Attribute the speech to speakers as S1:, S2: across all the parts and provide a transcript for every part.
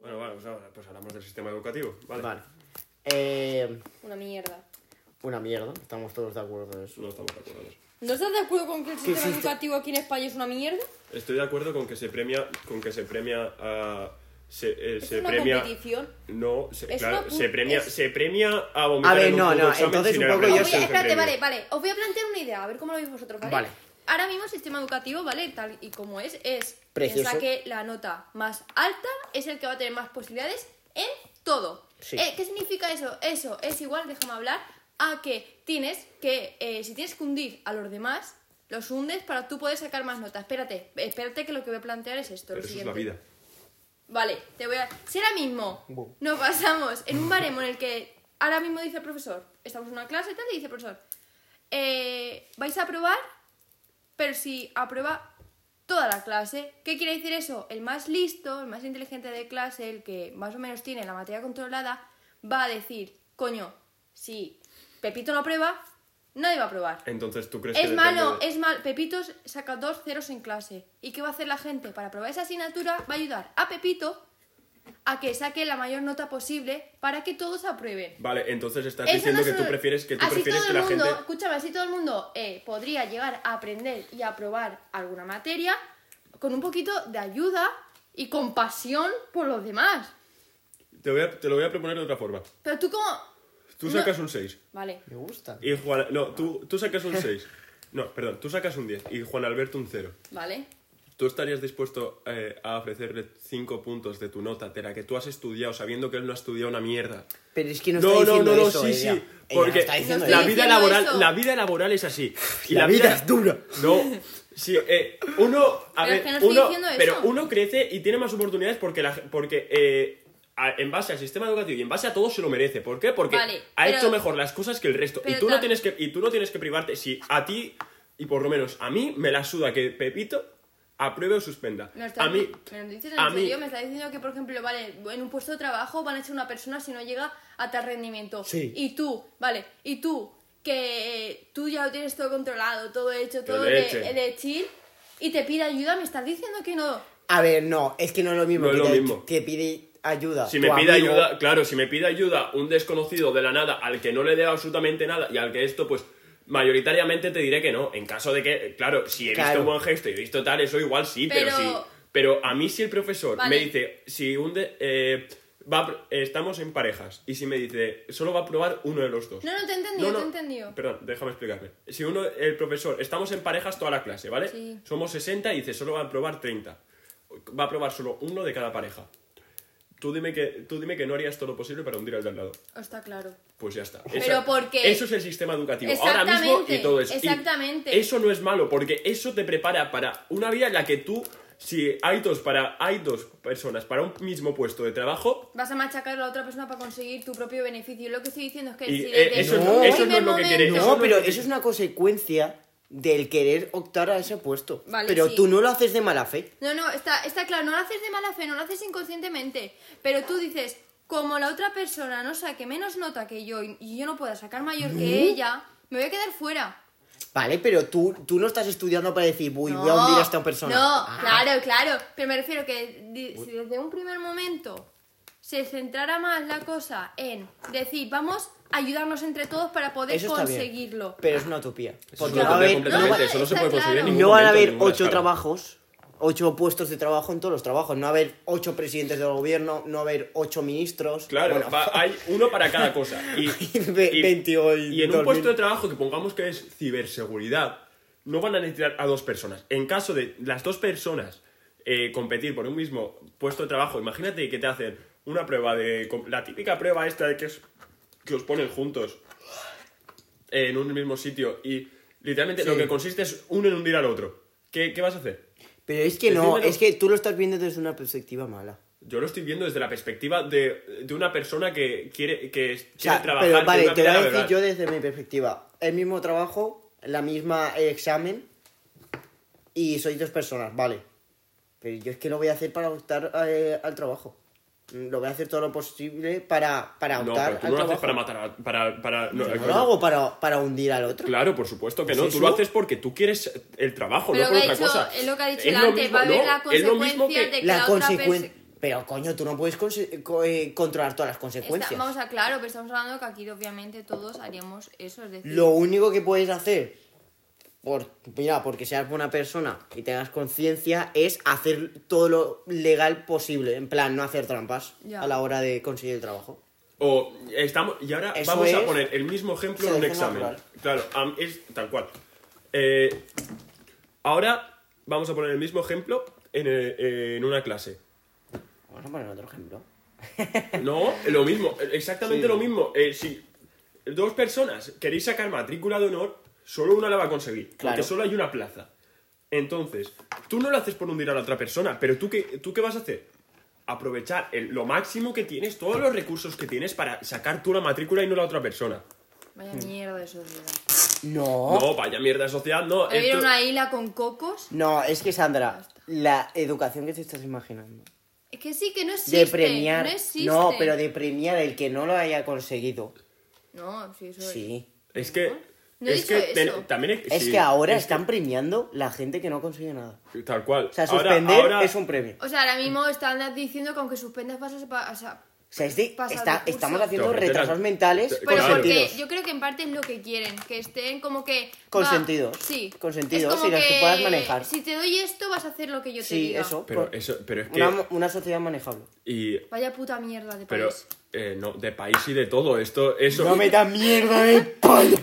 S1: pues, ahora- pues hablamos del sistema educativo. Vale.
S2: Vale. Eh,
S3: Una mierda.
S2: una mierda, estamos todos de acuerdo en eso.
S1: No estamos de acuerdo en eso.
S3: ¿No estás de acuerdo con que el sistema
S2: existe-
S3: educativo aquí en España es una mierda?
S1: Estoy de acuerdo con que se premia, con que se premia a. Se, eh,
S3: Es
S1: se
S3: una
S1: premia.
S3: competición.
S1: No, se,
S3: Es
S1: claro,
S3: una pu-
S1: se premia,
S3: es-
S1: se premia a vomitar.
S2: A ver,
S1: en un
S2: no,
S1: puto
S2: no,
S1: examen
S2: entonces
S1: sin
S2: un
S1: el
S2: poco
S3: Os
S2: yo
S1: reloj
S3: voy a-
S2: sé
S1: se
S3: espérate,
S1: premia.
S3: vale, vale. Os voy a plantear una idea, a ver cómo lo veis vosotros, ¿vale?
S2: Vale.
S3: Ahora mismo el sistema educativo, ¿vale? Tal y como es, es
S2: Precioso.
S3: el que la nota más alta es el que va a tener más posibilidades en todo.
S2: Sí.
S3: Eh, ¿Qué significa eso? Eso es igual, déjame hablar, a que tienes que, eh, si tienes que hundir a los demás, los hundes para tú poder sacar más notas. Espérate, espérate que lo que voy a plantear es esto.
S1: Pero
S3: lo
S1: eso es
S3: siguiente.
S1: la vida.
S3: Vale, te voy a... Si ahora mismo
S2: Bu.
S3: nos basamos en un baremo en el que ahora mismo dice el profesor, estamos en una clase y tal, y dice el profesor, eh, vais a aprobar, pero si aprueba toda la clase, ¿qué quiere decir eso? El más listo, el más inteligente de clase, el que más o menos tiene la materia controlada, va a decir, coño, si Pepito no aprueba, nadie va a aprobar.
S1: Entonces tú crees que.
S3: Es
S1: depende
S3: malo,
S1: de-
S3: es mal. Pepito saca dos ceros en clase. ¿Y qué va a hacer la gente? Para probar esa asignatura va a ayudar a Pepito a que saque la mayor nota posible para que todos aprueben.
S1: Vale, entonces estás
S3: Eso
S1: diciendo
S3: no
S1: que
S3: es
S1: tú
S3: un-
S1: prefieres que tú
S3: así
S1: prefieres
S3: todo
S1: que
S3: el
S1: la
S3: mundo,
S1: gente.
S3: Escúchame, así todo el mundo eh, podría llegar a aprender y a aprobar alguna materia con un poquito de ayuda y compasión por los demás.
S1: Te, voy a- te lo voy a proponer de otra forma.
S3: Pero tú como...
S1: Tú
S3: No.
S1: sacas un 6.
S3: Vale.
S2: Me gusta.
S1: Y Juan. No, tú, tú sacas un 6. No, perdón, tú sacas un 10 y Juan Alberto un 0.
S3: Vale.
S1: ¿Tú estarías dispuesto eh, a ofrecerle 5 puntos de tu nota de la que tú has estudiado sabiendo que él no ha estudiado una mierda?
S2: Pero es que no,
S1: No,
S2: está
S1: no,
S2: diciendo
S1: no, no,
S2: eso,
S1: sí,
S2: ella.
S1: sí.
S2: Ella no
S1: Porque
S2: está diciendo
S1: la
S3: No
S2: eso.
S3: estoy
S1: vida
S3: diciendo
S1: laboral,
S3: eso.
S1: la vida laboral es así. Y
S2: La vida es dura.
S1: No, sí, eh, uno, a
S3: Pero es
S1: ver,
S3: que no estoy
S1: uno,
S3: diciendo
S1: pero
S3: eso.
S1: uno crece y tiene más oportunidades porque la, porque eh, a- en base al sistema educativo y en base a todo se lo merece. ¿Por qué? Porque
S3: Vale,
S1: ha
S3: pero-
S1: hecho mejor las cosas que el resto. Y
S3: pero
S1: tú no
S3: tam-
S1: tienes que, y tú no tienes que privarte. Si a ti y por lo menos a mí me la suda que Pepito apruebe o suspenda.
S3: Me lo estás-
S1: A mí,
S3: me lo dices en
S1: a mí-
S3: serio, me está diciendo que, por ejemplo, vale, en un puesto de trabajo van a echar una persona si no llega a tal rendimiento.
S2: Sí.
S3: Y tú, vale, y tú, que eh, tú ya lo tienes todo controlado, todo hecho,
S1: Que
S3: todo de,
S1: leche.
S3: de chill, y te pide ayuda, me estás diciendo que no.
S2: A ver, no, es que no es lo mismo.
S1: No es
S2: que
S1: lo
S2: te,
S1: mismo.
S2: te pide ayuda.
S1: Si
S2: tu
S1: me pide
S2: amigo.
S1: ayuda, claro, si me pide ayuda un desconocido de la nada al que no le dé absolutamente nada y al que esto, pues mayoritariamente te diré que no. En caso de que, claro, si he
S2: Claro.
S1: visto un buen gesto y he visto tal, eso igual sí, pero,
S3: Pero-
S1: sí. Pero a mí si el profesor
S3: Vale.
S1: me dice, si un de- eh, va a pr- eh, estamos en parejas y si me dice, solo va a probar uno de los dos.
S3: No, no, te he entendido, te he entendido.
S1: Perdón, déjame explicarme. Si uno, el profesor, estamos en parejas toda la clase, ¿vale?
S3: Sí.
S1: Somos 60 y dice, solo va a probar 30. Va a probar solo uno de cada pareja. Tú dime que, tú dime que no harías todo lo posible para hundir al de al lado.
S3: Oh, Está claro.
S1: Pues ya está.
S3: Pero
S1: Esa-
S3: porque-
S1: Eso es el sistema educativo. Ahora mismo y
S3: Exactamente,
S1: todo eso. Y
S3: exactamente.
S1: eso no es malo, porque eso te prepara para una vida en la que tú, si hay dos, para, hay dos personas para un mismo puesto de trabajo,
S3: Vas a machacar a la otra persona para conseguir tu propio beneficio. Y lo que estoy diciendo es que
S1: Y,
S3: si
S1: eh,
S3: desde
S1: eso
S3: el
S2: no- eso
S3: primer
S1: no es lo que
S3: momento-
S1: queréis.
S2: No,
S1: no
S2: pero
S1: es-
S2: eso es una consecuencia del querer optar a ese puesto.
S3: Vale,
S2: pero
S3: sí.
S2: tú no lo haces de mala fe.
S3: No, no, está, está claro, no lo haces de mala fe, no lo haces inconscientemente, pero tú dices, como la otra persona no saque menos nota que yo y y yo no pueda sacar mayor
S2: ¿Eh?
S3: que ella, me voy a quedar fuera.
S2: Vale, pero tú, tú no estás estudiando para decir, uy, voy a
S3: No,
S2: hundir a esta persona.
S3: No,
S2: Ah,
S3: claro, claro, pero me refiero que di- si desde un primer momento se centrara más la cosa en decir, vamos a ayudarnos entre todos para poder
S2: Eso está bien.
S3: conseguirlo.
S2: Pero es una utopía.
S1: eso es
S2: Porque
S1: una
S2: va a
S1: utopía
S2: haber- no,
S1: completamente.
S2: va-
S3: vale,
S1: eso no se
S3: está
S1: puede conseguir en
S3: claro.
S1: ningún
S2: no van a
S1: momento, en
S2: haber
S1: ninguna
S2: ocho
S1: escala.
S2: trabajos, ocho puestos de trabajo en todos los trabajos. No va a haber ocho presidentes del gobierno, no va a haber ocho ministros.
S1: Claro,
S2: Bueno,
S1: va- hay uno para cada cosa. Y,
S2: Ve- 20 y
S1: y en
S2: 2000.
S1: un puesto de trabajo que pongamos que es ciberseguridad, no van a necesitar a dos personas. En caso de las dos personas eh, competir por un mismo puesto de trabajo, imagínate que te hacen una prueba de... com- La típica prueba esta de que, es, que os ponen juntos en un mismo sitio y literalmente lo que consiste es uno en hundir al otro. ¿Qué, qué vas a hacer?
S2: Pero es que no,
S1: Decídmelo.
S2: es que tú lo estás viendo desde una perspectiva mala.
S1: Yo lo estoy viendo desde la perspectiva de, de una persona que quiere, que quiere
S2: O sea,
S1: trabajar.
S2: pero
S1: de
S2: vale,
S1: una
S2: te voy a
S1: manera
S2: decir
S1: verbal.
S2: yo desde mi perspectiva. El mismo trabajo, la misma eh, examen y soy dos personas, vale. Pero yo es que lo voy a hacer para optar eh, al trabajo. Mm, Lo voy a hacer todo lo posible para, para
S1: No, pero
S2: optar
S1: tú
S2: al
S1: no lo
S2: trabajo.
S1: haces para matar a- para, para, no,
S2: Yo no
S1: coño.
S2: lo hago para, para hundir al otro.
S1: Claro, por supuesto que
S2: ¿Es
S1: no.
S2: eso?
S1: Tú lo haces porque tú quieres el trabajo,
S3: Pero
S1: no
S3: lo
S1: por
S3: que ha
S1: otra
S3: dicho-
S1: cosa.
S3: es lo que ha dicho
S1: Es
S3: él
S1: lo
S3: antes,
S1: mismo-
S3: va a haber
S1: no,
S3: la
S1: es lo mismo
S3: consecuencia
S1: que-
S3: de que
S2: La
S3: la otra
S2: consecuen-
S3: persona...
S2: Pero coño, tú no puedes conse- co- eh, controlar todas las consecuencias.
S3: Está- vamos a claro, pero estamos hablando que aquí obviamente todos haríamos eso, es decir,
S2: Lo único que puedes hacer, por, mira, porque seas buena persona y tengas conciencia, es hacer todo lo legal posible. En plan, no hacer trampas
S3: Ya.
S2: a la hora de conseguir el trabajo.
S1: O estamos. Y ahora
S2: Eso
S1: vamos a
S2: es
S1: poner el mismo ejemplo en un
S2: selección
S1: examen.
S2: natural.
S1: Claro, am- es tal cual. Eh, ahora vamos a poner el mismo ejemplo en, eh, en una clase.
S2: Vamos a poner otro ejemplo.
S1: No, lo mismo, exactamente
S2: Sí.
S1: lo mismo. Eh, si dos personas queréis sacar matrícula de honor, solo una la va a conseguir,
S2: Claro.
S1: porque solo hay una plaza. Entonces, tú no lo haces por hundir a la otra persona, pero tú qué, tú qué vas a hacer? Aprovechar el- lo máximo que tienes, todos los recursos que tienes para sacar tú la matrícula y no la otra persona.
S3: vaya mierda de sociedad.
S2: No.
S1: No, vaya mierda de sociedad, no.
S3: Hoy
S1: esto-
S3: vieron una isla con cocos.
S2: No, es que Sandra, la educación que te estás imaginando.
S3: Es que sí, que no existe.
S2: De premiar.
S3: No existe.
S2: No, pero de premiar el que no lo haya conseguido.
S3: No, sí, eso es.
S2: Sí.
S1: Es que.
S3: No he
S1: es
S3: dicho
S1: que ten-
S3: eso.
S1: también es,
S2: Es
S1: sí,
S2: que ahora
S1: es
S2: están premiando la gente que no consigue nada.
S1: que- Tal cual.
S2: O sea,
S1: Ahora-
S2: suspender
S1: ahora-
S2: es un premio.
S3: O sea, ahora mismo están diciendo que aunque suspendas vas a... pa- o sea,
S2: O sea, es de-
S3: Pasar
S2: está-
S3: de curso.
S2: estamos haciendo
S1: Claro,
S2: retrasados
S1: literal.
S2: mentales
S1: Pero
S3: Pero
S1: Claro.
S3: porque
S2: consentidos.
S3: yo creo que en parte es lo que quieren, que estén como que...
S2: Consentidos.
S3: va, sí.
S2: Consentidos
S3: Es como
S2: y las que puedas manejar.
S3: Si te doy esto, vas a hacer lo que yo te
S2: Sí,
S3: diga.
S2: eso.
S1: Pero, eso, pero es que.
S2: Una, una sociedad manejable.
S1: Y
S3: Vaya puta mierda de
S1: Pero,
S3: país.
S1: eh, no, de país y de todo, esto, eso.
S2: ¡No me da mierda de España!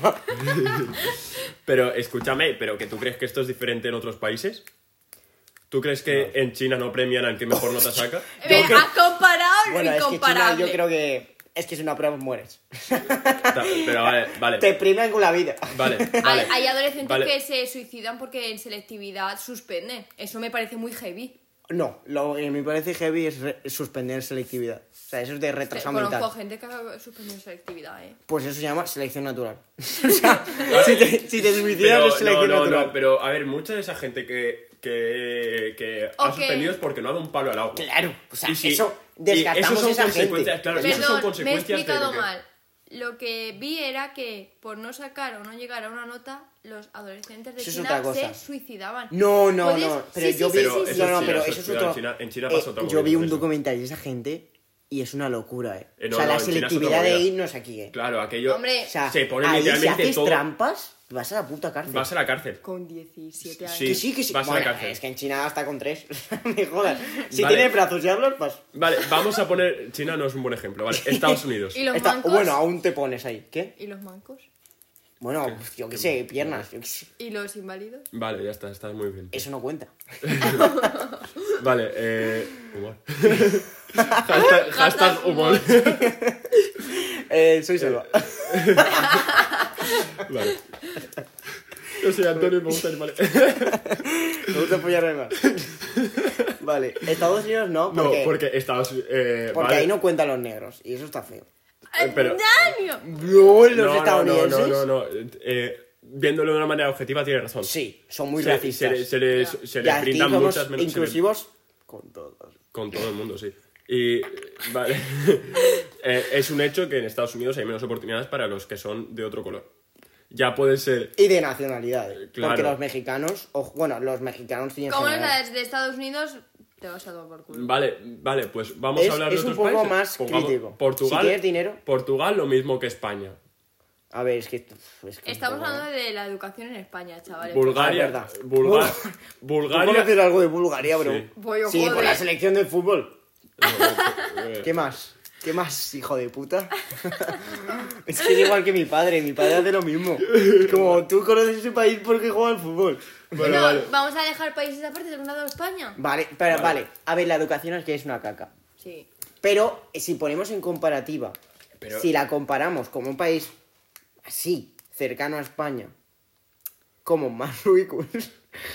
S1: Pero, escúchame, ¿pero que tú crees que esto es diferente en otros países? ¿Tú crees que en China no premian al que mejor nota saca?
S3: Eh, Ven, has comparado lo
S2: Bueno, es que China
S3: incomparable.
S2: yo creo que... Es que si no pruebas mueres.
S1: Ta- Pero vale, vale.
S2: Te premian con la vida.
S1: Vale,
S3: Hay,
S1: vale,
S3: hay adolescentes
S1: vale.
S3: que se suicidan porque en selectividad suspenden. Eso me parece muy heavy.
S2: No, lo que me parece heavy es re- suspender selectividad. O sea, eso es de retraso mental.
S3: Conozco gente que ha suspendido selectividad, eh.
S2: Pues eso se llama selección natural. o sea, si te, si te suicidas
S1: Pero,
S2: es
S1: no,
S2: selección
S1: no,
S2: natural.
S1: no, pero a ver, mucha de esa gente que, que, que ha
S3: Ok.
S1: suspendido es porque no ha dado un palo al agua.
S2: Claro, o sea,
S1: Y si-
S2: eso
S1: y eso
S2: descartamos
S1: son
S2: esa gente.
S1: consecuencias, Claro, y eso son
S3: Perdón, me he
S1: consecuencias de lo
S3: explicado
S1: que-
S3: mal. Lo que vi era que por no sacar o no llegar a una nota, los adolescentes de
S2: Eso es
S3: China
S2: otra cosa.
S3: se suicidaban.
S2: No, no,
S3: Puedes-
S2: no. Pero
S3: sí, sí,
S2: yo
S3: sí,
S2: vi.
S1: Pero
S3: sí, sí.
S1: eso
S2: no, no,
S1: sí,
S2: pero
S1: eso
S2: eso es
S1: cuidado,
S2: otro.
S1: en China- en China
S2: Eh,
S1: pasa otra
S2: yo vi
S1: movida
S2: un
S1: con eso.
S2: documental de esa gente y es una locura, eh.
S1: Eh, no,
S2: o sea,
S1: no, en China
S2: la
S1: es otra
S2: selectividad de
S1: movida.
S2: ahí no es aquí, eh.
S1: Claro, aquello
S3: Hombre,
S2: O sea,
S1: se pone
S2: ahí si
S1: literalmente
S2: haces
S1: todo.
S2: trampas, vas a la puta cárcel.
S1: Vas a la cárcel.
S3: Con 17 años.
S1: Sí.
S2: Que sí, que sí.
S1: vas a la
S2: Bueno,
S1: cárcel.
S2: Es que en China hasta con tres. Me jodas. Si
S1: Vale.
S2: tienes brazos y pues, hablas, vas.
S1: Vale, vamos a poner. China no es un buen ejemplo, vale. Estados Unidos.
S3: ¿Y los
S2: Está-
S3: mancos?
S2: bueno, aún te pones ahí. ¿Qué?
S3: ¿Y los mancos?
S2: Bueno, pues, yo qué sé, piernas. yo qué sé.
S3: ¿Y los inválidos?
S1: Vale, ya está, está muy bien.
S2: Eso no cuenta.
S1: Vale, eh. Humor. hashtag, hashtag humor.
S2: Eh, soy selva.
S1: Vale. Yo soy Antonio y me gusta animales.
S2: Me gusta apoyarme más. Vale. Estados Unidos no,
S1: No,
S2: porque,
S1: porque Estados eh,
S2: porque
S1: vale.
S2: ahí no cuentan los negros. Y eso está feo.
S1: Eh, pero-
S3: ¡Daño!
S2: No, los
S1: No, no, no, no,
S2: estadounidenses.
S1: no, no. Eh, viéndolo de una manera objetiva, tiene razón.
S2: Sí, son muy
S1: se,
S2: racistas.
S1: Se, le- se les, se
S2: Y
S1: les
S2: aquí
S1: brindan
S2: somos
S1: muchas menos. se les-
S2: inclusivos con todos.
S1: Con todo el mundo, sí. Y. eh, Vale. Eh, es un hecho que en Estados Unidos hay menos oportunidades para los que son de otro color. Ya puede ser.
S2: Y de nacionalidades.
S1: Eh, Claro.
S2: Porque los mexicanos, o bueno, los mexicanos tienen
S3: Como no
S2: general.
S3: sabes de Estados Unidos, te vas a tomar por culo.
S1: Vale, vale, pues vamos
S2: Es-
S1: a hablar de
S2: es un
S1: otros
S2: poco
S1: países.
S2: más crítico.
S1: Portugal,
S2: Si tienes dinero.
S1: Portugal lo mismo que España.
S2: A ver, es que. es que ¿eh?
S3: Estamos
S2: un poco-
S3: hablando de la educación en España, chavales.
S2: Ah, es
S1: Bulgaria,
S2: verdad.
S1: Bulgar-
S2: ¿Tú conoces
S1: Bulgaria.
S2: algo de Bulgaria, bro?
S1: Sí.
S3: Voy,
S2: sí, por
S3: joder.
S2: la selección de fútbol.
S1: Eh,
S2: ¿Qué más? ¿Qué más, hijo de puta? es que es igual que mi padre, mi padre hace lo mismo. Es Como tú conoces ese país porque juega al fútbol.
S1: bueno,
S3: no,
S1: vale.
S3: vamos a dejar países aparte de un lado España.
S2: Vale, pero vale. A ver, la educación es que es una caca.
S3: Sí.
S2: Pero eh, si ponemos en comparativa,
S1: Pero-
S2: si la comparamos como un país así, cercano a España, como más ricos,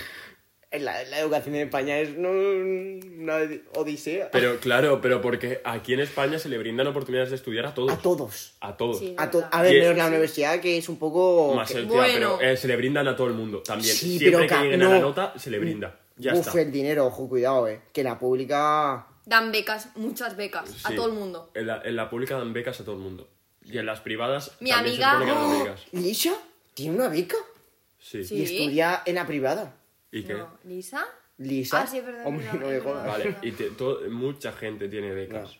S2: la, la educación en España es no- una odisea.
S1: Pero claro, pero porque aquí en España se le brindan oportunidades de estudiar a todos.
S2: a todos.
S1: A todos.
S3: Sí.
S2: A, to-
S3: verdad.
S2: a ver,
S1: Y-
S2: menos la universidad que es un poco...
S1: Más
S2: que-
S1: el
S3: Bueno.
S1: pero eh, se le brindan a todo el mundo también.
S2: Sí, pero
S1: Siempre que
S2: ca-
S1: lleguen a
S2: no.
S1: la nota, se le brinda. Ya
S2: Uf,
S1: está.
S2: el dinero, ojo, cuidado, eh. Que la pública...
S3: Dan becas, muchas becas, a
S1: Sí.
S3: todo el mundo.
S1: En la, en la pública dan becas a todo el mundo. Y en las privadas
S3: Mi
S1: también se supone
S3: amiga-
S1: que dan
S3: ¡Oh!
S1: becas.
S2: ¿Lisha? ¿Tiene una beca?
S1: Sí.
S3: Sí.
S2: Y estudia en la privada.
S1: ¿Y qué?
S3: No, ¿Lisa?
S2: Lisa.
S3: Ah, sí, es verdad,
S2: Hombre,
S3: es
S2: no me
S3: verdad,
S2: jodas.
S3: es
S1: Vale,
S3: verdad.
S1: y te- to- mucha gente tiene becas.
S2: No.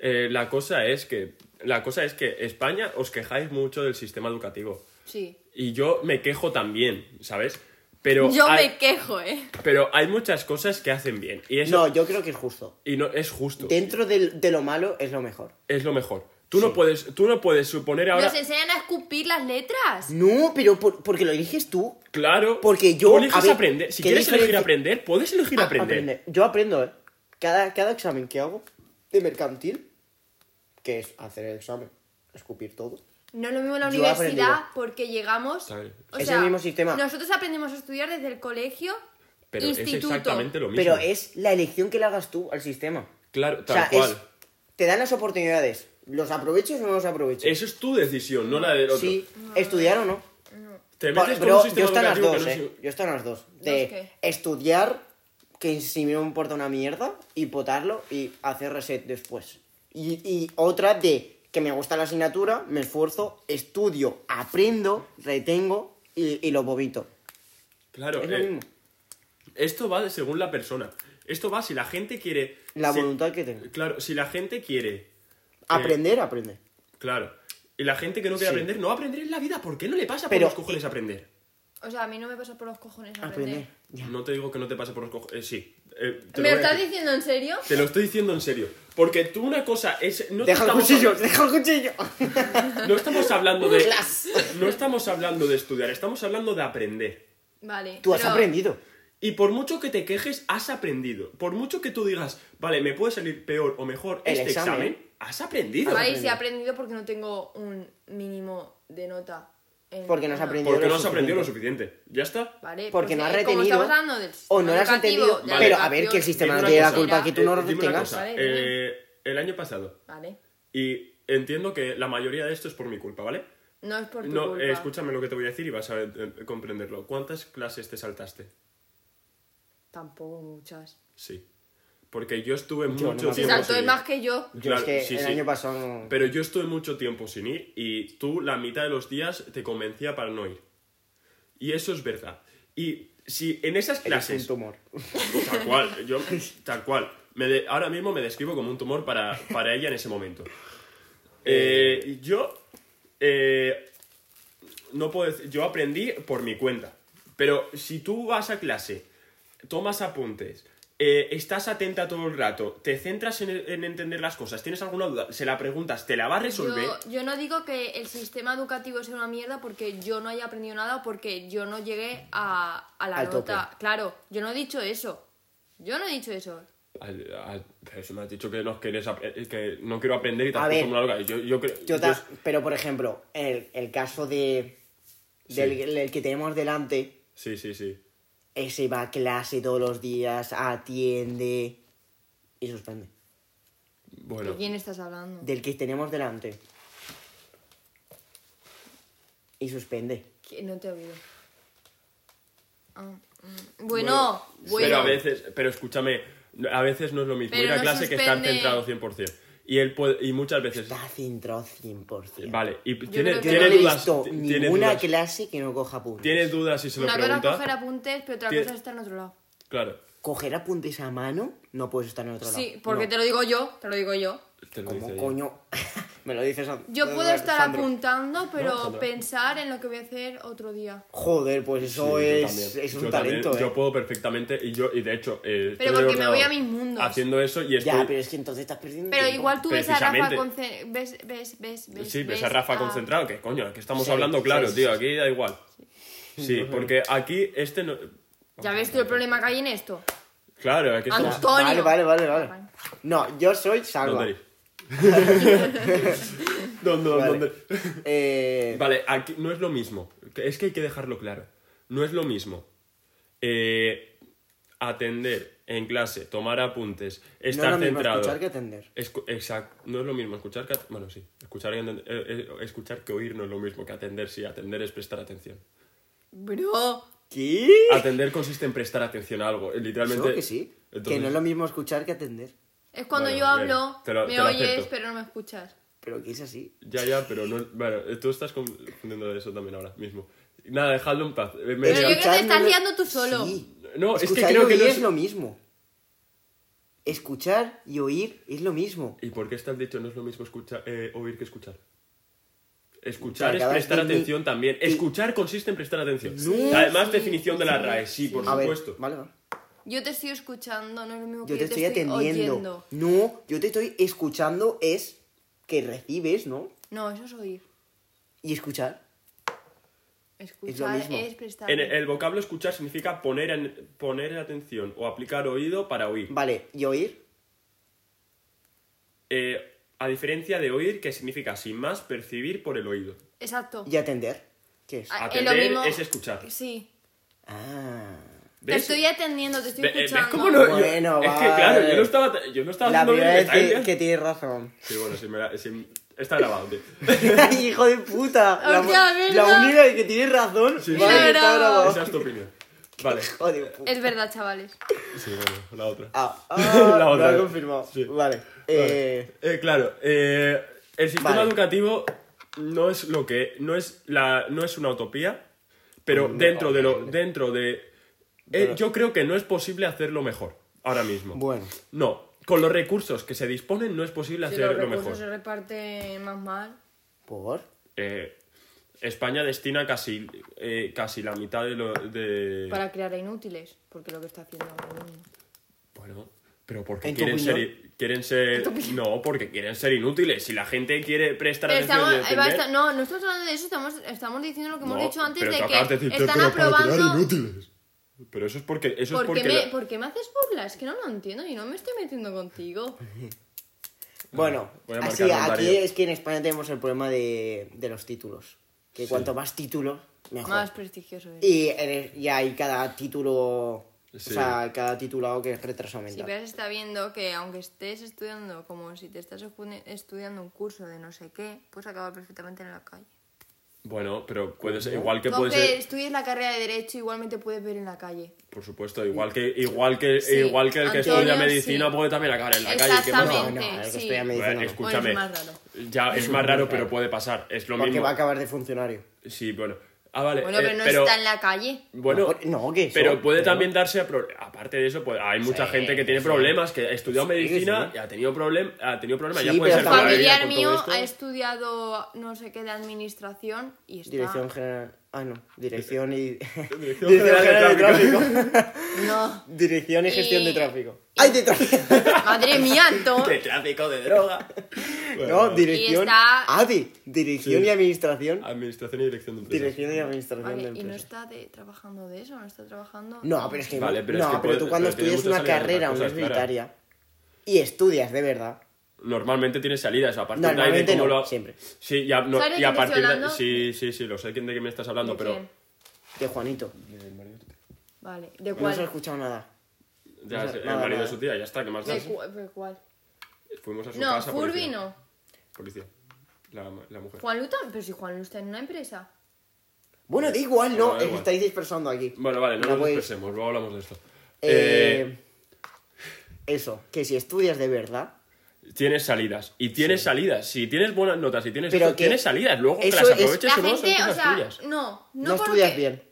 S1: Eh, la cosa es que la cosa es que España os quejáis mucho del sistema educativo
S3: Sí.
S1: y yo me quejo también, ¿sabes? Pero
S3: Yo
S1: hay,
S3: me quejo, ¿eh?
S1: pero hay muchas cosas que hacen bien y eso
S2: No, yo creo que es justo.
S1: y no es justo,
S2: Dentro del- de lo malo es lo mejor.
S1: es lo mejor. Tú no puedes tú no puedes suponer ahora
S3: Nos enseñan a escupir las letras.
S2: No, pero por- porque lo eliges tú.
S1: Claro,
S2: Porque yo-
S1: tú eliges
S2: a ver,
S1: aprender. Si
S2: ¿qué
S1: quieres elegir
S2: diferencia-
S1: aprender, puedes elegir
S2: Ah,
S1: aprender.
S2: aprender. Yo aprendo, ¿eh? Cada, cada examen que hago de mercantil, que es hacer el examen, escupir todo.
S3: No es lo mismo en la
S2: Yo he
S3: universidad
S2: aprendido.
S3: porque llegamos.
S1: Claro.
S3: o
S2: Es el
S3: sea,
S2: mismo sistema.
S3: Nosotros aprendemos a estudiar desde el colegio,
S1: Pero
S3: instituto.
S1: es exactamente lo mismo.
S2: Pero es la elección que le hagas tú al sistema.
S1: Claro,
S2: o
S1: tal
S2: sea,
S1: cual.
S2: es- te dan las oportunidades. ¿Los aproveches o no los aproveches?
S1: Eso es tu decisión, no la del otro.
S2: Sí, estudiar o no.
S1: Te
S2: Pa-
S1: metes con un
S2: Pero yo
S1: sistema
S2: están las
S1: educativo
S2: dos,
S1: que no
S2: ¿eh?
S1: es-
S2: Yo están las dos.
S3: ¿Dos
S2: De
S3: qué?
S2: estudiar, que si me importa una mierda, y potarlo y hacer reset después. Y, y otra de que me gusta la asignatura, me esfuerzo, estudio, aprendo, retengo y, y lo bobito.
S1: Claro,
S2: es lo
S1: eh,
S2: mismo.
S1: esto va de- según la persona. Esto va si la gente quiere.
S2: La
S1: si-
S2: voluntad que tengo.
S1: Claro, si la gente quiere.
S2: Aprender, aprender.
S1: Claro. Y la gente que no quiere
S2: Sí.
S1: aprender, no va a aprender en la vida. ¿Por qué no le pasa
S2: Pero-
S1: por los cojones aprender?
S3: O sea, a mí no me pasa por los cojones aprender.
S2: Aprender. Ya.
S1: No te digo que no te pasa por los cojones. sí. eh, te,
S3: ¿Me
S1: lo voy a
S3: lo estás
S1: decir.
S3: diciendo en serio?
S1: Te lo estoy diciendo en serio. Porque tú una cosa es. No te
S2: Deja el
S1: estamos-
S2: cuchillo, deja el cuchillo.
S1: No estamos hablando de.
S2: Clas.
S1: No estamos hablando de estudiar, estamos hablando de aprender.
S3: Vale.
S2: Tú has
S3: pero-
S2: aprendido.
S1: Y por mucho que te quejes, has aprendido. Por mucho que tú digas, vale, me puede salir peor o mejor
S2: El
S1: este examen,
S2: examen.
S1: has aprendido.
S3: Vale, y si he aprendido porque no tengo un mínimo de nota. en-
S2: Porque no has aprendido.
S1: Porque
S2: lo
S1: no has aprendido lo suficiente. Ya está.
S3: Vale,
S2: Porque
S3: pues,
S2: no has
S3: eh, como
S2: retenido.
S3: estamos hablando del
S2: O no lo has
S3: sistema educativo,
S2: entendido.
S3: de la
S1: Pero,
S2: a ver, que el
S3: educación,
S1: Dime
S2: sistema
S1: una
S2: no Este tiene la
S1: cosa,
S2: culpa que tú no
S1: eh, dime una
S2: tengas.
S1: cosa,
S3: Vale, dime.
S1: eh, el año pasado,
S3: Vale.
S1: y entiendo que la mayoría de esto es por mi culpa, ¿vale?
S3: No es por tu
S1: No,
S3: culpa.
S1: eh, escúchame lo que te voy a decir y vas a eh, comprenderlo. ¿Cuántas clases te saltaste?
S3: Tampoco muchas.
S1: Sí. Porque yo estuve
S2: no
S1: mucho
S2: me acuerdo.
S3: Se
S1: tiempo.
S3: saltó
S1: sin
S3: el
S1: ir.
S3: más que yo.
S2: Yo
S1: Claro,
S2: es que
S1: sí,
S2: el
S1: sí.
S2: año pasado no-
S1: Pero yo estuve mucho tiempo sin ir y tú la mitad de los días te convencía para no ir. Y eso es verdad. Y si en esas
S2: eres
S1: clases...
S2: un tumor.
S1: Tal cual, yo, tal cual. Me de- ahora mismo me describo como un tumor para, para ella en ese momento. Eh, y yo, eh, no puedo decir- yo aprendí por mi cuenta. Pero si tú vas a clase, tomas apuntes, eh, estás atenta todo el rato, te centras en, en entender las cosas, tienes alguna duda, se la preguntas, te la va a resolver.
S3: Yo, yo no digo que el sistema educativo sea una mierda porque yo no haya aprendido nada o porque yo no llegué a, a la
S2: Al
S3: nota.
S2: tope.
S3: Claro, yo no he dicho eso. Yo no he dicho eso.
S1: Al- al- pero si me has dicho que no, quieres ap- eh, que no quiero aprender y te
S2: A
S1: has
S2: ver,
S1: puesto como una loca. Yo, yo creo-
S2: Yo
S1: yo-
S2: ta- pero por ejemplo, el, el caso de del
S1: Sí.
S2: el que tenemos delante,
S1: Sí, sí, sí.
S2: ese va a clase todos los días, atiende y suspende.
S1: Bueno.
S3: ¿De quién estás hablando?
S2: Del que tenemos delante. Y suspende.
S3: Que No te he oído. Ah, mm. Bueno, bueno.
S1: Pero a veces, pero escúchame, a veces no es lo mismo
S3: Pero
S1: ir a
S3: no
S1: clase que estar
S3: suspende.
S1: centrado 100%. Y él puede- y muchas veces
S2: Está centrado 100%.
S1: vale, y tiene,
S3: creo que
S2: Yo
S1: tiene
S2: no he
S1: dudas,
S2: visto
S1: ti- tiene
S2: ninguna
S1: dudas,
S2: clase que no coja apuntes.
S1: tiene dudas y se lo
S3: una cosa es
S1: pregunta.
S3: coger apuntes, pero otra
S1: Tien-
S3: cosa es estar en otro lado.
S1: Claro.
S2: Coger apuntes a mano no puedes estar en otro lado.
S3: Sí, porque
S2: No.
S3: te lo digo yo, te lo digo yo.
S1: Te lo dice
S2: ¿Cómo
S1: ella.
S2: coño? Me lo dices a-
S3: Yo puedo estar
S2: Sandro.
S3: apuntando, pero
S1: Sandra.
S3: pensar en lo que voy a hacer otro día.
S2: Joder, pues
S1: Sí,
S2: eso
S1: yo
S2: es,
S1: también.
S2: es un
S1: Yo también,
S2: talento,
S1: Yo
S2: eh.
S1: puedo perfectamente y yo y de hecho eh,
S3: Pero
S1: estoy en el
S3: porque me voy
S1: ordenador
S3: a mis mundos.
S1: Haciendo eso y estoy
S2: Ya, pero es que entonces estás perdiendo
S3: Pero
S2: tiempo.
S3: igual tú ves a Rafa
S1: Precisamente.
S3: concentrado. Ves, ves, ves, ves. Ah.
S1: Sí, ves a Rafa
S3: a-
S1: concentrado, que coño, que estamos
S2: Sí,
S1: hablando claro,
S2: sí, sí,
S1: tío,
S2: sí.
S1: aquí da igual. Sí, porque aquí este no
S3: Ya ves tú el problema que hay en esto.
S1: Claro, aquí estamos
S3: Antonio.
S2: Vale, vale, vale, vale. No, yo soy Salva.
S1: ¿Dónde ¿Dónde,
S2: Vale.
S1: dónde?
S2: Eh,
S1: Vale, aquí no es lo mismo. Es que hay que dejarlo claro. No es lo mismo eh, atender en clase, tomar apuntes, estar
S2: no es lo mismo
S1: centrado.
S2: escuchar que atender.
S1: Exacto, no es lo mismo escuchar que at- bueno sí, escuchar que, atender- eh, eh, escuchar que oír no es lo mismo que atender, sí, atender es prestar atención.
S3: Bro.
S2: ¿Qué?
S1: Atender consiste en prestar atención a algo, eh, literalmente.
S2: Yo que sí. Que
S1: Entonces-
S2: no es lo mismo escuchar que atender.
S3: Es cuando
S1: Bueno,
S3: yo hablo,
S1: bien, te lo-
S3: me
S1: te lo
S3: oyes,
S1: acepto.
S3: pero no me escuchas.
S2: Pero que es así.
S1: Ya, ya, pero no. Bueno, tú estás confundiendo eso también ahora mismo. Nada, dejadlo en paz. Eh, me- me-
S3: Pero yo creo que te
S2: Escuchar
S3: estás
S2: no es-
S3: liando tú solo.
S2: Sí.
S1: No, es que
S2: Escuchar
S1: creo
S2: y
S1: que
S2: oír
S1: no
S2: es...
S1: es...
S2: lo mismo. Escuchar y oír es lo mismo.
S1: ¿Y por qué está el dicho no es lo mismo escucha- eh, oír que escuchar?
S2: Te
S1: Escuchar es
S2: acabas
S1: prestar
S2: de-
S1: atención también.
S2: y-
S1: Escuchar consiste en prestar atención.
S2: Sí,
S1: Además,
S3: sí,
S1: definición de la
S3: sí,
S1: RAE, sí,
S3: sí.
S1: por
S2: A ver,
S1: supuesto.
S2: vale, vale.
S3: Yo te estoy escuchando, no es lo mismo que
S2: Yo te estoy atendiendo.
S3: oyendo.
S2: No, yo te estoy escuchando es que recibes, ¿no?
S3: No, eso es oír.
S2: Y escuchar.
S3: Escuchar es,
S2: mismo.
S3: prestar.
S1: En el, el vocablo escuchar significa poner, en- poner atención o aplicar oído para oír.
S2: Vale, y oír.
S1: Eh, a diferencia de oír, que significa sin más percibir por el oído.
S3: Exacto.
S2: Y atender. ¿Qué es?
S3: Ah, es lo
S1: Atender
S3: mismo-
S1: es escuchar.
S3: Sí.
S2: Ah.
S3: Te
S1: ¿Ves?
S3: estoy atendiendo, te estoy
S1: Ve- eh, ¿Ves
S3: escuchando.
S1: cómo no? Yo-
S2: Bueno,
S1: es que
S2: vale.
S1: claro, yo no estaba, ta- yo no estaba
S2: La
S1: haciendo bien
S2: primera
S1: me
S2: vez
S1: está
S2: que,
S1: diciendo-
S2: que tienes razón.
S1: Sí, bueno, si me la- si- está grabado, tío.
S2: Hijo de puta. La,
S3: Hostia, ¿verdad?
S2: la única de que tienes razón.
S1: Sí, sí.
S2: vale,
S3: Mira,
S2: está
S3: bravo.
S2: grabado.
S1: Esa es tu opinión. Vale.
S2: Hijo de puta.
S3: Es verdad, chavales.
S1: Sí, bueno, la otra.
S2: Ah, ah,
S1: La
S2: lo
S1: otra.
S2: ha confirmado.
S1: Sí.
S2: Vale. Eh,
S1: Eh, claro, eh, el sistema
S2: Vale.
S1: educativo no es lo que no es la no es una utopía, pero
S2: Mm,
S1: dentro de lo dentro de eh, yo creo que no es posible hacerlo mejor ahora mismo.
S2: Bueno.
S1: No, con los recursos que se disponen no es posible
S3: Si los
S1: hacerlo
S3: recursos
S1: mejor.
S3: se reparten más mal.
S2: ¿Por?
S1: Eh, España destina casi eh, casi la mitad de lo de
S3: Para crear a inútiles, porque lo que está haciendo ahora mismo.
S1: Bueno, pero porque
S2: ¿En tu
S1: quieren
S2: opinión?
S1: ser quieren ser no, porque quieren ser inútiles, si la gente quiere prestar
S3: Pero
S1: atención y
S3: estamos, ahí va,
S1: defender-
S3: está- no, no estamos hablando de eso, estamos, estamos diciendo lo que hemos
S1: No,
S3: dicho antes
S1: pero
S3: de
S1: tú
S3: que
S1: acabas de decir,
S3: están
S1: "Pero para crear
S3: aprobando.
S1: inútiles". Pero eso es porque. Eso es
S3: ¿Por
S1: porque.
S3: qué, me,
S1: la-
S3: por qué me haces burlas? Es que no lo entiendo y no me estoy metiendo contigo.
S2: Bueno,
S1: Voy a
S2: así,
S1: marcar
S2: aquí
S1: horario.
S2: es que en España tenemos el problema de, de los títulos. Que cuanto más títulos, mejor.
S3: Más prestigioso. es.
S2: Y, en el- y hay cada título.
S1: Sí.
S2: O sea, cada titulado que es retraso
S3: Si
S2: mental.
S3: Pérez está viendo que aunque estés estudiando como si te estás estu- estudiando un curso de no sé qué, puedes acabar perfectamente en la calle.
S1: Bueno, pero puede ser- igual que
S3: Aunque
S1: puede ser.
S3: estudies la carrera de Derecho, igualmente puedes ver en la calle.
S1: Por supuesto, igual que, igual que,
S3: Sí,
S1: igual que el que
S3: Antonio,
S1: estudia medicina
S3: sí.
S1: puede también acabar en la calle. ¿qué más da?
S2: no, no,
S3: Exactamente,
S2: el que
S3: sí.
S2: estudia
S1: Bueno,
S2: medicina no.
S1: escúchame.
S3: Bueno, es más raro.
S1: Ya, es más raro, pero puede pasar. Es lo
S2: Porque
S1: mismo.
S2: va a acabar de funcionario.
S1: Sí, bueno. Ah, vale.
S3: Bueno,
S1: eh,
S3: pero no está en la calle.
S1: Bueno,
S2: No, por- no, que eso-
S1: pero puede
S2: pero-
S1: también darse a pro- aparte de eso, pues hay mucha
S2: Sí,
S1: gente que tiene
S2: sí.
S1: problemas, que ha estudiado
S2: Sí,
S1: medicina
S2: sí.
S1: y ha tenido problem, ha tenido problemas,
S2: Sí,
S1: ya puede ser
S2: pero también-
S1: para ella
S3: Familiar
S1: con todo
S3: mío
S1: esto.
S3: ha estudiado no sé qué de administración y está.
S2: Dirección General. Ah, no. Dirección y.
S1: Dirección General de
S3: No.
S2: Dirección y gestión
S3: Y-
S2: de tráfico. ¡Ay, de tráfico!
S3: Madre mía, Anto.
S1: De tráfico de droga.
S2: no, dirección.
S3: está-
S2: ADE. Dirección
S1: Sí. Ah,
S2: y administración.
S1: Administración y dirección de empresas.
S2: Dirección y administración de
S3: Vale, y no
S2: empresas.
S3: está de- trabajando de eso, no está trabajando.
S2: No, pero es que,
S1: Vale, pero
S2: no,
S1: es que
S2: pero
S1: puede-
S2: tú cuando
S1: pero tiene
S2: estudias
S1: muchas
S2: una
S1: salidas,
S2: carrera
S1: las cosas, claro.
S2: universitaria y estudias de verdad,
S1: Normalmente tienes salidas, aparte de ahí de
S2: Normalmente
S1: cómo
S2: no,
S1: lo...
S2: siempre.
S1: Sí, ya, no,
S3: ¿Sabes de
S1: y a
S3: quién estoy
S1: partir de...
S3: hablando?
S1: Sí, sí, sí, lo sé quién de qué me estás hablando,
S3: ¿De
S1: pero...
S3: quién?
S2: de Juanito,
S3: Vale, ¿de
S2: no se ha
S3: cuál?
S2: escuchado nada.
S1: Ya,
S2: No sé,
S1: el
S2: nada,
S1: marido de
S2: nada.
S1: su tía, ya está, ¿qué más da?
S3: ¿De cu- de cuál?
S1: Fuimos a su
S3: No,
S1: casa,
S3: Furby
S1: policía.
S3: no.
S1: Policía, la, la mujer.
S3: Juan Luta, pero si Juan Luta está en una empresa.
S2: Bueno, da igual, no,
S1: Bueno, da
S2: os
S1: igual.
S2: estáis dispersando aquí.
S1: Bueno, vale, no
S2: Ya
S1: nos
S2: voy.
S1: expresemos, luego hablamos de esto.
S2: Eh,
S1: Eh,
S2: Eso, que si estudias de verdad,
S1: Tienes salidas. Y tienes salidas. Si tienes buenas notas, si tienes.
S2: Pero
S1: esto,
S2: que-
S1: tienes salidas. Luego que
S2: eso
S1: las
S2: es-
S1: aproveches
S3: La
S1: o no, son
S3: gente, o
S1: cosas
S3: sea,
S1: tuyas.
S3: no, no,
S2: no,
S3: porque-
S2: estudias bien.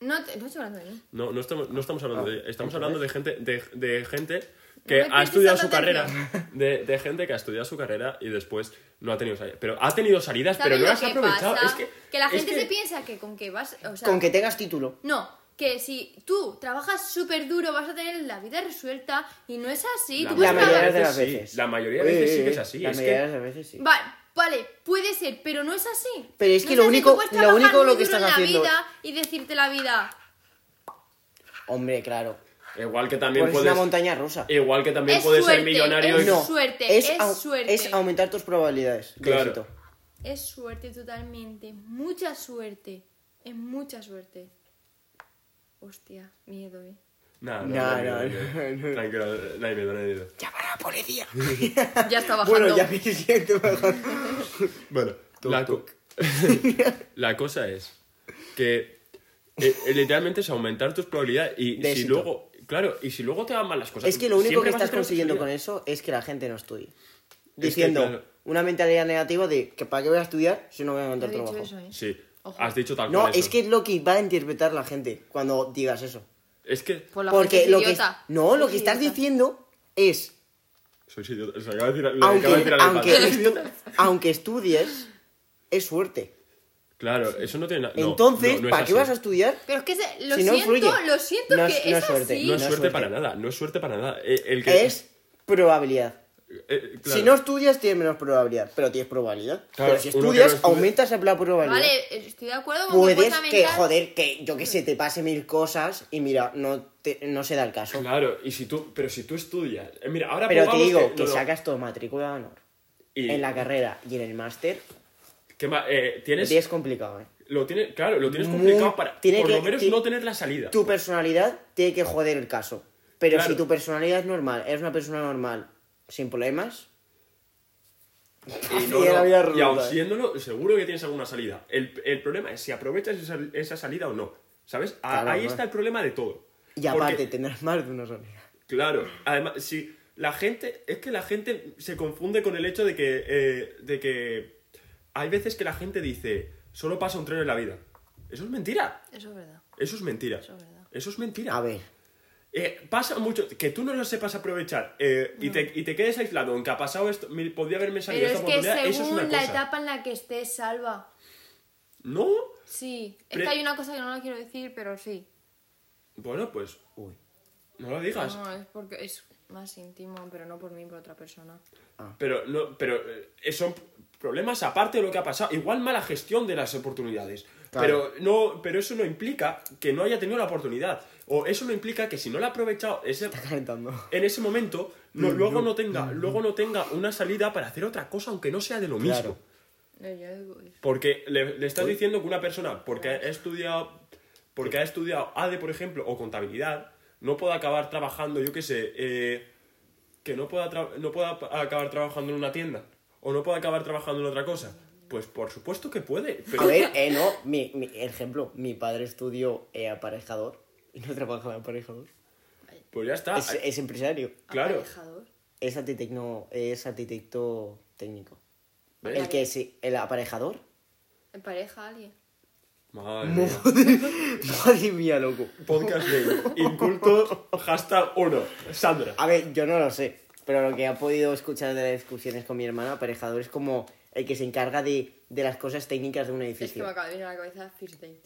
S3: No, te, no estoy hablando de mí.
S1: No, no estamos, no estamos hablando de ella. Estamos hablando de gente, de, de gente
S3: me
S1: que ha
S3: prestes
S1: estudiado su
S3: tanta
S1: carrera.
S3: atención.
S1: De, de gente que ha estudiado su carrera y después no ha tenido salidas. Pero ha tenido salidas,
S3: ¿Sabes
S1: pero no
S3: lo
S1: las ha
S3: que
S1: aprovechado.
S3: pasa?
S1: Es que,
S3: que la
S1: es
S3: gente
S1: que-
S3: se piensa que con que vas. O sea,
S2: Con que tengas título.
S3: No, que si tú trabajas súper duro vas a tener la vida resuelta y no es así. tú
S2: La
S3: puedes
S2: mayoría
S3: trabajar-
S2: de las
S1: sí,
S2: veces.
S1: la mayoría de
S2: Eh,
S1: veces sí
S2: eh,
S1: que es así,
S2: La
S1: es
S2: mayoría
S1: que-
S2: de las veces sí.
S3: Vale, vale, puede ser, pero no es así.
S2: Pero es
S3: No
S2: que lo
S3: así,
S2: único-
S3: tú puedes
S2: lo
S3: trabajar
S2: único
S3: muy
S2: lo que
S3: duro
S2: están
S3: en la
S2: haciendo-
S3: vida y decirte la vida.
S2: Hombre, claro.
S1: Igual que también
S2: Porque es una
S1: puedes. Eh,
S2: montaña rusa.
S1: Igual que también
S3: Es
S1: puedes ser
S3: suerte,
S1: millonario y.
S3: es
S2: no,
S3: suerte, es
S2: au-
S3: suerte.
S2: es aumentar tus probabilidades de
S1: Claro.
S2: éxito.
S3: Es suerte totalmente, mucha suerte, es mucha suerte. Hostia, miedo, eh.
S1: Nah, no,
S2: No,
S1: no, no,
S2: no,
S1: no,
S2: no, no.
S1: Tranquilo, no hay miedo, no hay miedo.
S2: Llama a la policía.
S3: Ya está bajando.
S2: bueno, ya me siento mejor.
S1: Bueno,
S2: Tuk,
S1: la, co- la cosa es que eh, eh, literalmente es aumentar tus probabilidades y
S2: De
S1: si
S2: éxito.
S1: luego, claro, y si luego te van mal las cosas.
S2: Es que lo único
S1: siempre
S2: que
S1: vas a
S2: estás
S1: tener
S2: consiguiendo con
S1: posibilidades.
S2: eso es que la gente no estudie.
S1: que,
S2: Diciendo
S1: claro.
S2: una mentalidad negativa de que para qué voy a estudiar si no voy a
S3: Yo he
S2: encontrar
S3: dicho
S2: trabajo.
S3: eso, eh.
S1: Sí,
S3: Ojo.
S1: has dicho tal
S2: No,
S1: cual eso.
S2: es que es lo que va a interpretar la gente cuando digas eso.
S1: Es que.
S3: Pues la
S2: Porque
S3: gente es
S2: lo que,
S3: idiota.
S2: no, lo
S3: Es
S2: que estás
S3: idiota.
S2: diciendo es
S1: Sois idiotas. Os acabo de decir, le acabo de
S2: aunque,
S1: decir al
S2: aunque,
S1: padre.
S2: estu- aunque estudies, es suerte.
S1: Claro, eso no tiene nada.
S2: Entonces, ¿para qué vas a estudiar?
S3: Pero es que se- lo
S2: Si no
S3: siento,
S2: influye.
S3: lo siento
S2: No
S3: que
S2: es-
S3: es,
S2: no es suerte.
S3: así.
S1: No es
S2: No es
S1: suerte
S2: suerte.
S1: para nada, no es suerte para nada. Eh, El que.
S2: Es probabilidad.
S1: eh, claro.
S2: Si no estudias, tienes menos probabilidad, pero tienes probabilidad.
S1: Claro,
S2: pero si
S1: uno que no
S2: estudias,
S1: estudia-
S2: aumentas la probabilidad.
S3: Vale, estoy de acuerdo con que
S2: Puedes
S3: fuerza
S2: que,
S3: mental-
S2: joder, que yo que sé, te pase mil cosas y mira, no, te- no se da el caso.
S1: Claro, y si tú, pero si tú estudias. eh, mira, ahora
S2: Pero te
S1: pongamos
S2: digo que,
S1: no, no.
S2: sacas todo matrícula de honor
S1: Y-
S2: en la carrera y en el máster,
S1: ¿Qué más? Eh,
S2: lo
S1: tienes,
S2: tienes complicado, ¿eh?
S1: lo tiene, claro, lo tienes
S2: Muy-
S1: complicado para
S2: tiene
S1: por
S2: que-
S1: lo menos
S2: ti-
S1: no tener la salida.
S2: Tu personalidad tiene que joder el caso. Pero
S1: Claro.
S2: si tu personalidad es normal, eres una persona normal, sin problemas,
S1: y, no,
S2: y la
S1: no,
S2: vida
S1: y aun
S2: ruda, eh.
S1: siéndolo, seguro que tienes alguna salida. El, el problema es si aprovechas esa, esa salida o no. ¿Sabes? A-
S2: Claro,
S1: ahí
S2: claro.
S1: está el problema de todo.
S2: y
S1: Porque-
S2: aparte tendrás más de una salida.
S1: Claro, además, si la gente, es que la gente se confunde con el hecho de que, eh, de que hay veces que la gente dice, solo pasa un tren en la vida. Eso es mentira.
S3: Eso es verdad.
S1: Eso es mentira.
S3: es verdad.
S1: Eso es mentira.
S2: A ver,
S1: Eh, pasa mucho, que tú no lo sepas aprovechar eh, y, te, y te quedes aislado, aunque ha pasado esto, me- podría haberme salido
S3: Pero es
S1: esta
S3: que
S1: oportunidad, eso es
S3: según
S1: una
S3: la
S1: cosa.
S3: etapa en la que estés, salva.
S1: No,
S3: Sí. Es
S1: Pero-
S3: que hay una cosa que no la quiero decir, pero sí.
S1: bueno, pues
S2: uy,
S1: no lo digas.
S3: No, es porque es más íntimo, pero no por mí, por otra persona.
S1: Pero, no, pero eh, son problemas aparte de lo que ha pasado. Igual mala gestión de las oportunidades. Pero,
S2: Claro.
S1: no, pero eso no implica que no haya tenido la oportunidad. O eso no implica que si no la ha aprovechado ese,
S2: calentando.
S1: en ese momento, no,
S2: Mm,
S1: luego, no tenga, luego no tenga una salida para hacer otra cosa, aunque no sea de lo
S2: Claro.
S1: mismo.
S3: No, yo digo eso.
S1: Porque le, le estás diciendo que una persona, porque ha estudiado, porque ha estudiado ADE, por ejemplo, o contabilidad, no pueda acabar trabajando, yo qué sé, eh, que no pueda, tra- no pueda pa- acabar trabajando en una tienda, o no pueda acabar trabajando en otra cosa. Pues por supuesto que puede,
S2: A
S1: pero
S2: ver, eh, no, mi, mi- ejemplo, mi padre estudió eh, aparejador y no trabaja de aparejador.
S1: pues ya
S3: Ah,
S1: está.
S2: es,
S3: eh.
S2: es empresario,
S1: Claro.
S3: Aparejador.
S2: es arquitecto, es arquitecto técnico.
S1: ¿Ves?
S2: El que sí, el aparejador.
S3: En pareja alguien.
S1: Madre mía.
S2: Madre mía, loco.
S1: Podcast de Inculto, hashtag 1, Sandra.
S2: A ver, yo no lo sé, pero lo que ha podido escuchar de las discusiones con mi hermana, aparejador es como el que se encarga de, de las cosas técnicas de un
S3: Es que
S2: edificio.
S3: me acaba de venir a la cabeza First Date.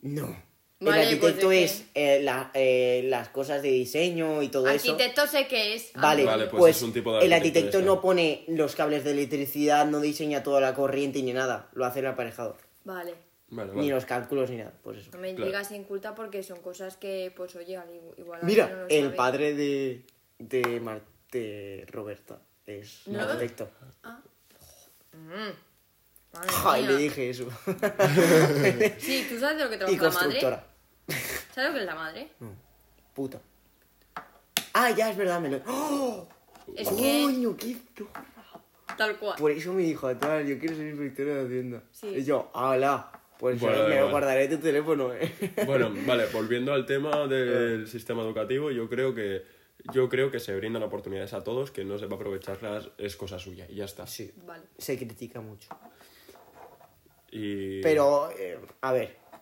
S2: No.
S3: Vale,
S2: el arquitecto
S3: pues es
S2: es eh, la- eh, las cosas de diseño y todo eso.
S3: Arquitecto sé que es. Ah,
S2: Vale,
S1: Vale, pues
S2: pues,
S1: es un tipo de
S2: el
S1: arquitecto
S2: arquitecto
S1: ese.
S2: no pone los cables de electricidad, no diseña toda la corriente ni nada. Lo hace el aparejador.
S3: Vale.
S1: Vale,
S2: Ni
S1: vale.
S2: los cálculos ni nada, pues eso.
S3: No me
S1: Claro.
S3: digas inculta porque son cosas que, pues, oye, al igu- igual. alguien no
S2: Mira,
S3: lo
S2: el
S3: sabe.
S2: padre de, de, Mar- de Roberta es un
S3: ¿No?
S2: arquitecto.
S3: Madre
S2: Ay,
S3: mía.
S2: le dije eso.
S3: Sí, tú sabes de lo que
S2: y
S3: trabaja la madre.
S2: constructora. Mm.
S3: ¿Sabes lo que es la madre?
S2: Puta. Ah, ya, es verdad, me lo... ¡Oh!
S3: Es que,
S2: Coño, qué duro.
S3: tal cual.
S2: Por eso me dijo, tal, yo quiero ser inspectora de Hacienda.
S3: Sí.
S2: Y yo, hola, pues yo
S1: Vale,
S2: me
S1: vale.
S2: guardaré tu teléfono, eh.
S1: Bueno, vale, volviendo al
S2: Ah.
S1: tema del sistema educativo, yo creo que yo creo que se brindan oportunidades a todos, que no sepa aprovecharlas es cosa suya y ya está.
S2: Sí,
S3: Vale.
S2: se critica mucho.
S1: Y
S2: Pero, eh, a ver,
S1: Co-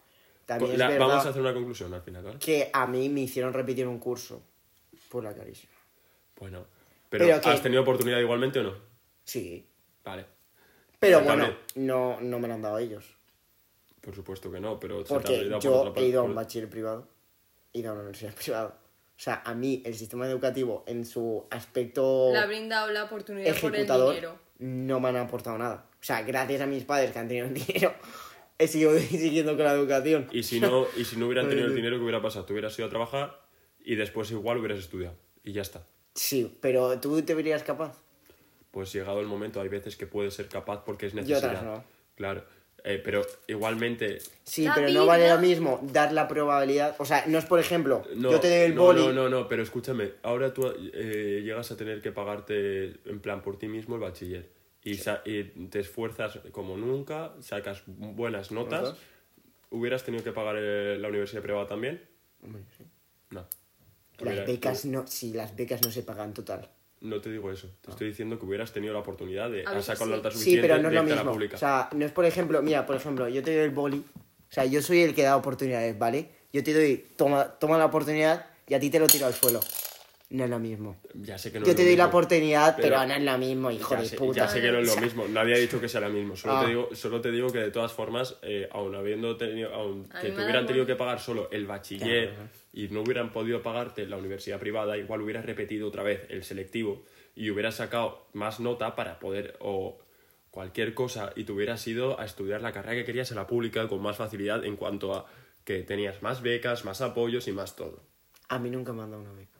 S2: también
S1: la-
S2: es verdad
S1: vamos a hacer una conclusión al final, ¿vale?
S2: que a mí me hicieron repetir un curso por la carísima.
S1: Bueno, pero,
S2: Pero que-
S1: ¿has tenido oportunidad igualmente o no?
S2: Sí,
S1: Vale. Pero
S2: Pero bueno,
S1: también-
S2: no, no me lo han dado ellos.
S1: Por supuesto que no, pero se te ha
S2: Porque
S1: brindado por
S2: yo
S1: otra
S2: he ido a un
S1: parte.
S2: bachiller privado y a una universidad privada. O sea, a mí el sistema educativo en su aspecto
S3: Le ha brindado la oportunidad por el
S2: ejecutador
S3: dinero.
S2: no me han aportado nada. O sea, gracias a mis padres que han tenido el dinero, he seguido siguiendo con la educación.
S1: Y si no y si no hubieran tenido el dinero que hubiera pasado, tú hubieras ido a trabajar y después igual hubieras estudiado y ya está.
S2: Sí, pero tú te verías capaz.
S1: pues llegado el momento hay veces que puedes ser capaz porque es
S2: Y otras
S1: necesidad.
S2: no.
S1: Claro, Eh, pero igualmente
S2: Sí,
S3: La
S2: pero no vale
S3: vida.
S2: lo mismo dar la probabilidad. O sea, no es por ejemplo,
S1: Eh, no,
S2: yo te doy el
S1: no,
S2: boli.
S1: no, no, no, pero escúchame, ahora tú eh, llegas a tener que pagarte en plan por ti mismo el bachiller y, sa- y te esfuerzas como nunca, sacas buenas notas.
S2: ¿Notas?
S1: ¿Hubieras tenido que pagar eh, la universidad privada también? No.
S2: Las
S1: Hubieras-
S2: becas no, sí, las becas no se pagan total.
S1: No te digo eso. Te estoy diciendo que hubieras tenido la oportunidad de
S3: A veces
S1: has sacado la
S3: sí.
S1: nota
S2: Ah. Sí,
S1: suficiente
S2: pero no es
S1: de
S2: lo
S1: irte a la
S2: mismo.
S1: pública.
S2: O sea, no es por ejemplo, mira, por ejemplo, yo te doy el boli. O sea, yo soy el que da oportunidades, ¿vale? yo te doy, toma, toma la oportunidad y a ti te lo tiro al suelo. No es lo mismo.
S1: Ya sé que no
S2: yo
S1: es
S2: te
S1: lo
S2: doy la
S1: mismo.
S2: oportunidad, pero,
S1: Pero-
S2: no es lo mismo, hijo
S1: Ya
S2: de
S1: sé,
S2: puta.
S1: ya sé que no es
S2: O
S1: lo
S2: sea,
S1: mismo, nadie ha dicho que sea lo mismo. Solo,
S2: Ah.
S1: te, digo, solo te digo que de todas formas, eh, aun habiendo tenido, aun
S3: A
S1: que te
S3: mí me da
S1: hubieran
S3: igual.
S1: tenido que pagar solo el bachiller y no hubieran podido pagarte la universidad privada, igual hubieras repetido otra vez el selectivo y hubieras sacado más nota para poder o cualquier cosa y te hubieras ido a estudiar la carrera que querías en la pública con más facilidad en cuanto a que tenías más becas, más apoyos y más todo.
S2: A mí nunca me han dado una beca.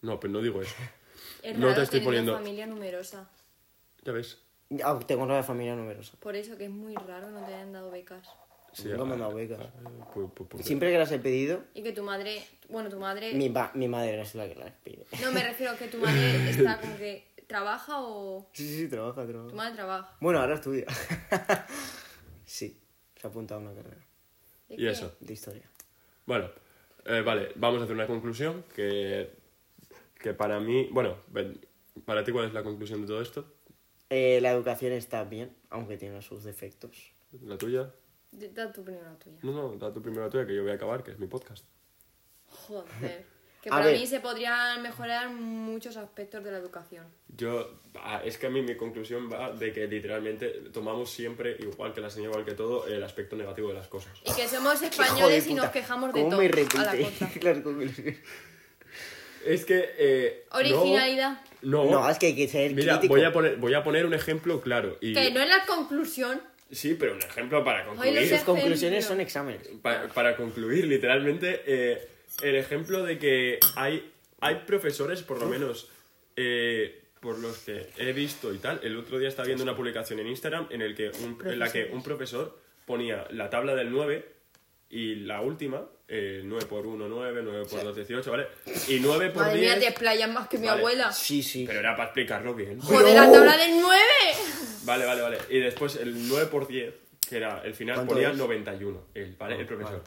S1: No, pero no digo eso.
S3: Es
S1: no
S3: raro
S1: te estoy
S3: tener
S1: poniendo.
S3: una familia numerosa.
S1: Ya ves.
S2: Ah, tengo una familia numerosa.
S3: Por eso que es muy raro no te hayan dado becas.
S1: Sí,
S2: nunca me han
S1: ah,
S2: dado becas.
S1: ah, pu- pu- pu-
S2: Siempre que las he pedido,
S3: Y que tu madre, bueno, tu madre...
S2: mi, pa- mi madre es la que las pide.
S3: No, me refiero a que tu madre está como que trabaja o...
S2: Sí, sí, sí, trabaja,
S3: Tu
S2: trabaja.
S3: madre trabaja.
S2: Bueno, ahora estudia. sí, se ha apuntado a una carrera
S3: ¿De
S1: Y
S3: qué?
S1: eso.
S2: de historia.
S1: Bueno, eh, vale, vamos a hacer una conclusión que, que para mí, bueno, ven, para ti cuál es la conclusión de todo esto,
S2: Eh, la educación está bien, aunque tiene sus defectos.
S1: la tuya.
S3: De- Da tu primero la tuya.
S1: No, no, da tu primera tuya que yo voy a acabar, que es mi podcast.
S3: Joder. Que
S2: A
S3: para
S2: ver.
S3: mí se podrían mejorar muchos aspectos de la educación.
S1: Yo, ah, es que a mí mi conclusión va de que literalmente tomamos siempre, igual que la señora, igual que todo, el aspecto negativo de las cosas.
S3: Y que somos
S2: Hijo de
S3: españoles y
S2: puta,
S3: nos quejamos de
S2: ¿cómo
S3: todo.
S2: me
S3: a la
S2: repite?
S3: contra.
S2: Las conclusiones.
S1: Es que... eh, no-
S3: Originalidad.
S1: No,
S2: No, es que hay que ser
S1: Mira,
S2: crítico.
S1: voy a, poner, voy a poner un ejemplo claro. Y,
S3: Que no es la conclusión.
S1: Sí, pero un ejemplo para concluir.
S3: lo sé.
S2: Sus conclusiones
S3: Feliz.
S2: son exámenes.
S1: para, para concluir, literalmente, eh, el ejemplo de que hay, hay profesores, por lo menos, eh, por los que he visto y tal. El otro día estaba viendo una publicación en Instagram en, el que un- en la que un profesor ponía la tabla del 9 y la última, eh, 9 por 1, 9, 9 por 2, 18, ¿vale? Y 9 por
S3: Madre mía, te
S1: 10...
S3: explayas más que mi
S1: Vale.
S3: abuela.
S2: Sí, sí.
S1: Pero era para explicarlo bien.
S3: Joder, la tabla del 9.
S1: Vale, vale, vale. Y después el 9 por 10, que era el final,
S2: ¿Cuánto
S1: ponía
S2: es? Ah,
S1: 91, él, ¿vale? el profesor.
S2: vale.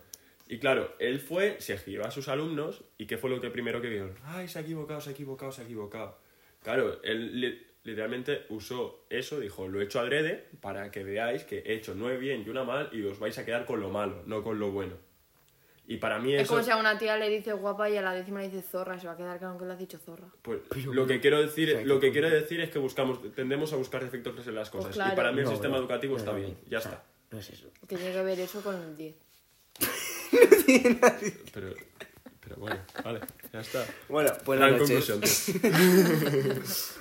S1: Y claro, él fue, se giró a sus alumnos y ¿qué fue lo que primero que vieron? Ay, se ha equivocado, se ha equivocado, se ha equivocado. Claro, él li- literalmente usó eso, dijo, lo he hecho adrede para que veáis que he hecho 9 bien y una mal y os vais a quedar con lo malo, no con lo bueno. Y para mí
S3: Es
S1: eso...
S3: como si a una tía le dices guapa y a la décima le dices zorra. Se va a quedar claro que le has dicho zorra.
S1: Pues lo que quiero decir, lo que quiero decir es que buscamos, tendemos a buscar defectos en las cosas. Y
S3: Pues claro.
S1: para mí el
S2: No,
S1: sistema
S2: no,
S1: educativo
S2: no
S1: está
S2: es lo
S1: bien,
S2: mismo.
S1: ya
S2: O sea,
S1: está.
S2: No es eso.
S3: Que tiene que ver eso con el 10.
S1: Pero, pero bueno, vale, ya está.
S2: Bueno, pues
S1: Gran
S2: noches.
S1: conclusión, tío.